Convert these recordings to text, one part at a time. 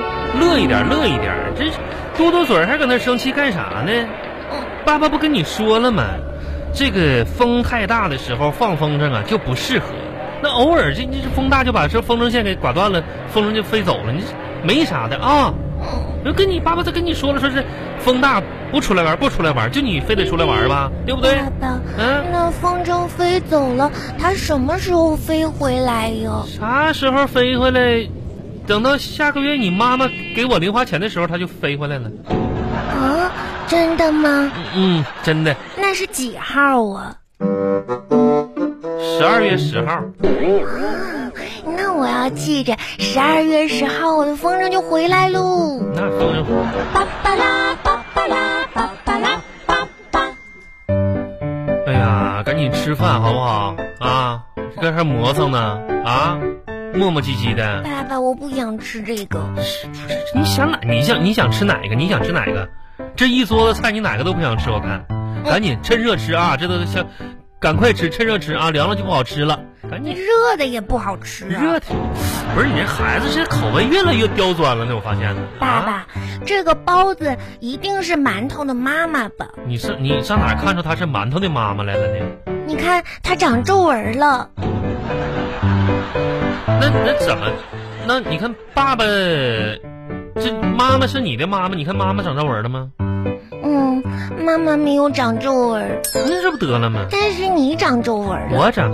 一点，啊嗯乐一点。这嘟嘟嘴儿还搁那生气干啥呢？爸爸不跟你说了吗？这个风太大的时候放风筝啊就不适合。那偶尔这这风大就把这风筝线给刮断了，风筝就飞走了，你没啥的啊。就跟你爸爸都跟你说了，说是风大不出来玩，不出来玩，就你非得出来玩吧，对不对？爸哎爸，嗯那风筝飞走了，它什么时候飞回来呀？啥时候飞回来？等到下个月你妈妈给我零花钱的时候，它就飞回来了。啊，真的吗？嗯，真的，那是几号啊？十二月十号。那我要记着，十二月十号我的风筝就回来喽。那风筝，巴巴拉巴巴拉巴巴拉巴巴。哎呀，赶紧吃饭好不好？啊，干啥磨蹭呢？啊，磨磨唧唧的。爸爸，我不想吃这个。你想哪？你想你想吃哪个？你想吃哪个？这一桌子菜你哪个都不想吃，我看，赶紧趁热吃啊！这都像，赶快吃，趁热吃啊！凉了就不好吃了，赶紧热的也不好吃啊。热的。不是你这孩子，这口味越来越刁钻了呢，我发现呢。爸啊，爸，这个包子一定是馒头的妈妈吧？你上你上哪儿看出她是馒头的妈妈来了呢？你看它长皱纹了。那那怎么？那你看爸爸，这妈妈是你的妈妈，你看妈妈长皱纹了吗？嗯，妈妈没有长皱纹，那这不得了吗？但是你长皱纹了，我长，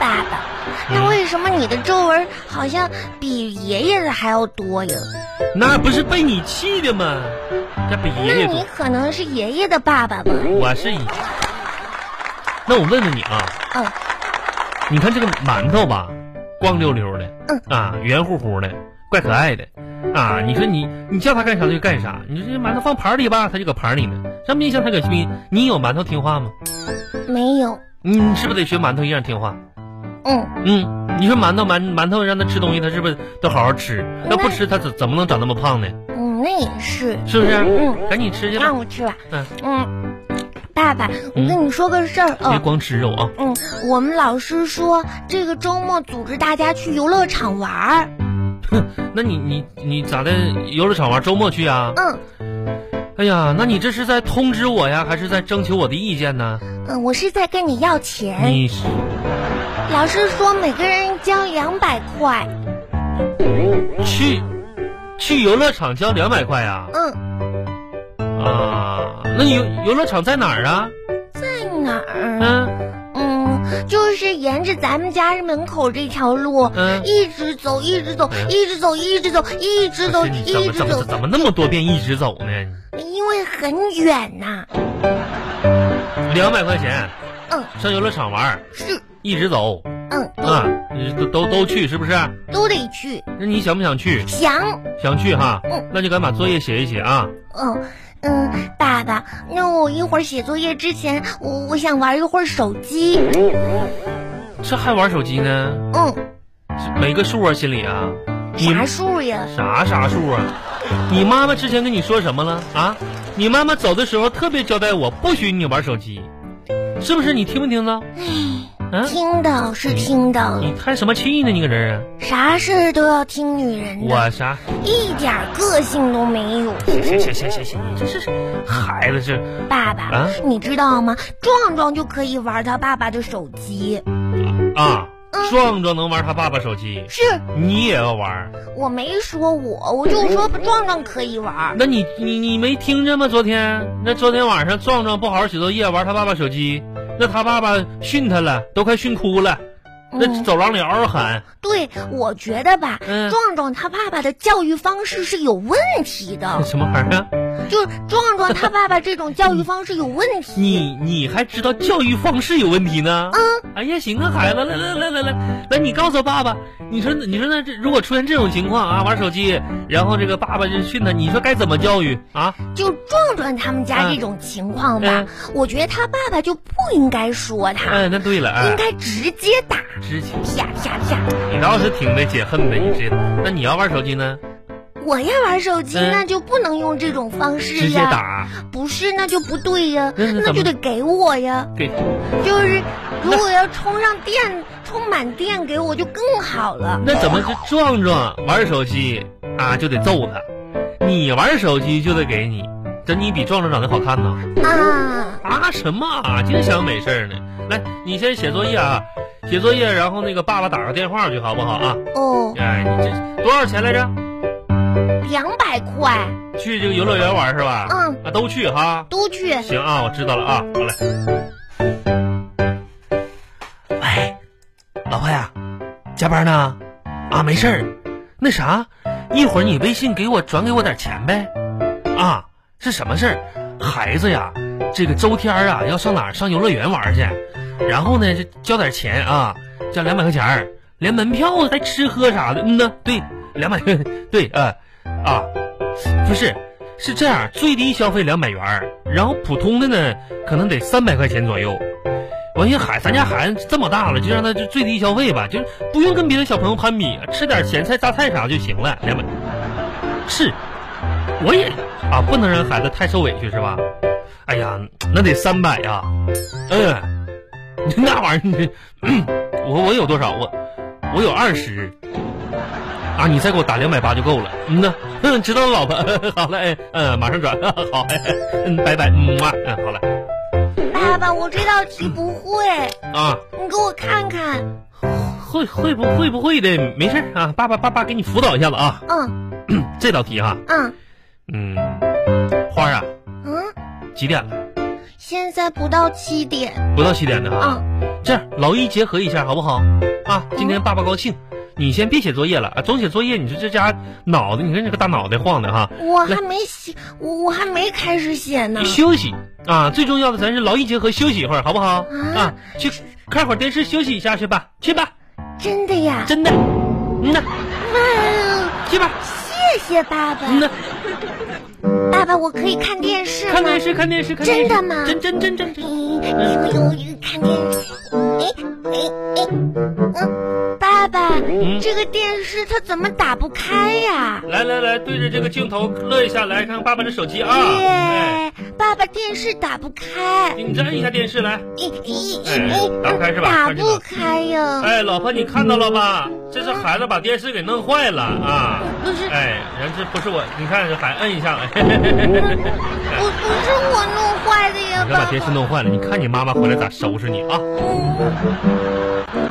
爸爸。那为什么你的皱纹好像比爷爷的还要多呀？那不是被你气的吗？这比那爷爷多你。可能是爷爷的爸爸吧？我是以。那我问问你啊，嗯你看这个馒头吧，光溜溜的，嗯啊，圆乎乎的，怪可爱的，啊，你说你你叫它干啥它就干啥，你说这馒头放盘里吧，它就搁盘里呢，上冰箱它搁冰，你有馒头听话吗？没有。你是不是得学馒头一样听话？嗯，嗯，你说馒头馒馒头让它吃东西，它是不是都好好吃？要不那吃它怎怎么能长那么胖呢？嗯，那也是。是不是？嗯赶紧吃去吧让，我吃吧。嗯嗯，爸爸，我嗯跟你说个事儿别啊。光吃肉啊。嗯，我们老师说这个周末组织大家去游乐场玩儿。那你你你咋的？游乐场玩周末去啊？嗯哎呀，那你这是在通知我呀，还是在征求我的意见呢？嗯，我是在跟你要钱。你是老师说每个人交两百块。去去游乐场交两百块呀？嗯，啊，那游游乐场在哪儿啊？在哪儿？嗯嗯，就是沿着咱们家门口这条路。嗯，一直走，一直走，嗯一直走，一直走，一直走，不是你怎一么直怎么走，怎么那么多遍一直走呢？因为很远呐、两百块钱嗯，上游乐场玩儿，是，一直走嗯，啊，都都都去是不是？都得去。那你想不想去？想，想去哈嗯，那就赶紧把作业写一写啊。嗯嗯，爸爸，那我一会儿写作业之前，我我想玩一会儿手机。这还玩手机呢？嗯，这没个数啊，心里啊。你啥数呀？啥啥数啊？你妈妈之前跟你说什么了啊？你妈妈走的时候特别交代我，不许你玩手机，是不是？你听没听到？哎嗯、听到是听到了，你叹什么气呢？你搁这儿啊？啥事儿都要听女人的，我啥？一点儿个性都没有。行行行行行，这是孩子是爸爸，啊你知道吗？壮壮就可以玩他爸爸的手机。嗯啊，壮壮能玩他爸爸手机，是你也要玩？我没说我，我就哦说壮壮可以玩。那你你你没听着吗？昨天那昨天晚上壮壮不好好写作业，玩他爸爸手机，那他爸爸训他了，都快训哭了，那嗯走廊里嗷嗷喊。对，我觉得吧，嗯壮壮他爸爸的教育方式是有问题的 那，什么玩意儿啊？就是壮壮他爸爸这种教育方式有问题。你你还知道教育方式有问题呢？嗯，哎呀，行啊，孩子，来来来来来，来，你告诉爸爸，你说你说那这如果出现这种情况啊，玩手机，然后这个爸爸就训他，你说该怎么教育啊？就壮壮他们家嗯这种情况吧嗯，我觉得他爸爸就不应该说他，哎，那对了，应哎，该直接打，之前啪啪啪。你倒是挺会解恨的，你这，那你要玩手机呢，我要玩手机，嗯那就不能用这种方式呀。直接打，不是，那就不对呀，那那那怎么就得给我呀。给就是如果要充上电，充满电给我就更好了。那怎么这壮壮玩手机啊就得揍他，你玩手机就得给你，这你比壮壮长得好看呐！啊，啊什么啊，净想美事儿呢！来，你先写作业啊，写作业，然后那个爸爸打个电话去好不好啊？哦，哎，你这多少钱来着？两百块，去这个游乐园玩是吧？嗯，啊，都去哈。都去。行啊，我知道了啊，好嘞。喂，哎老婆呀，加班呢？啊，没事儿。那啥，一会儿你微信给我转给我点钱呗。啊，是什么事儿？孩子呀，这个周天儿啊要上哪儿上游乐园玩去，然后呢就交点钱啊，交两百块钱儿，连门票带吃喝啥的。嗯呐，对，两百， 对，呃，啊，不是，是这样，最低消费两百元儿，然后普通的呢，可能得三百块钱左右。我寻思孩，咱家孩子这么大了，就让他就最低消费吧，就是不用跟别的小朋友攀比，吃点咸菜、榨菜啥就行了。两百，是，我也啊，不能让孩子太受委屈是吧？哎呀，那得三百呀，嗯，那玩意儿你这，嗯我我有多少？我我有二十。啊，你再给我打两百八就够了。嗯呐，嗯，知道了，老婆。 好嘞，嗯，马上转。 好，嗯，拜拜，嗯嘛，嗯，好嘞。爸爸，我这道题不会，啊，你给我看看。会会不会不会的，没事儿啊。爸爸爸爸给你辅导一下子啊。嗯这道题哈、啊嗯嗯，花儿啊，嗯，几点了？现在不到七点。不到七点呢啊。嗯，这样劳逸结合一下好不好？啊，今天爸爸高兴，你先别写作业了啊，总写作业，你说这家脑子，你看这个大脑袋晃的哈、我还没写，我我还没开始写呢。休息啊，最重要的咱是劳逸结合，休息一会儿好不好？啊啊，去看会儿电视休息一下去吧，去吧，真的呀？真的，嗯呐，哇，去吧，谢谢爸爸。嗯呐，爸爸，我可以看电视吗？看电视，看电视，看电视，真的吗真真真真真，嗯，有有看电视。哎哎哎，嗯，爸爸，这个电视它怎么打不开呀？来来来，对着这个镜头乐一下，来看看爸爸的手机啊，哎，耶，爸爸，电视打不开。你再摁一下电视来，咦咦哎咦！打不开是吧打不开呀！哎，老婆你看到了吧？这是孩子把电视给弄坏了啊，不是，哎，人这不是我，你看这还摁一下， 哎，不不是我弄坏的呀，你爸把爸。电视弄坏了，你看你妈妈回来咋收拾你啊？嗯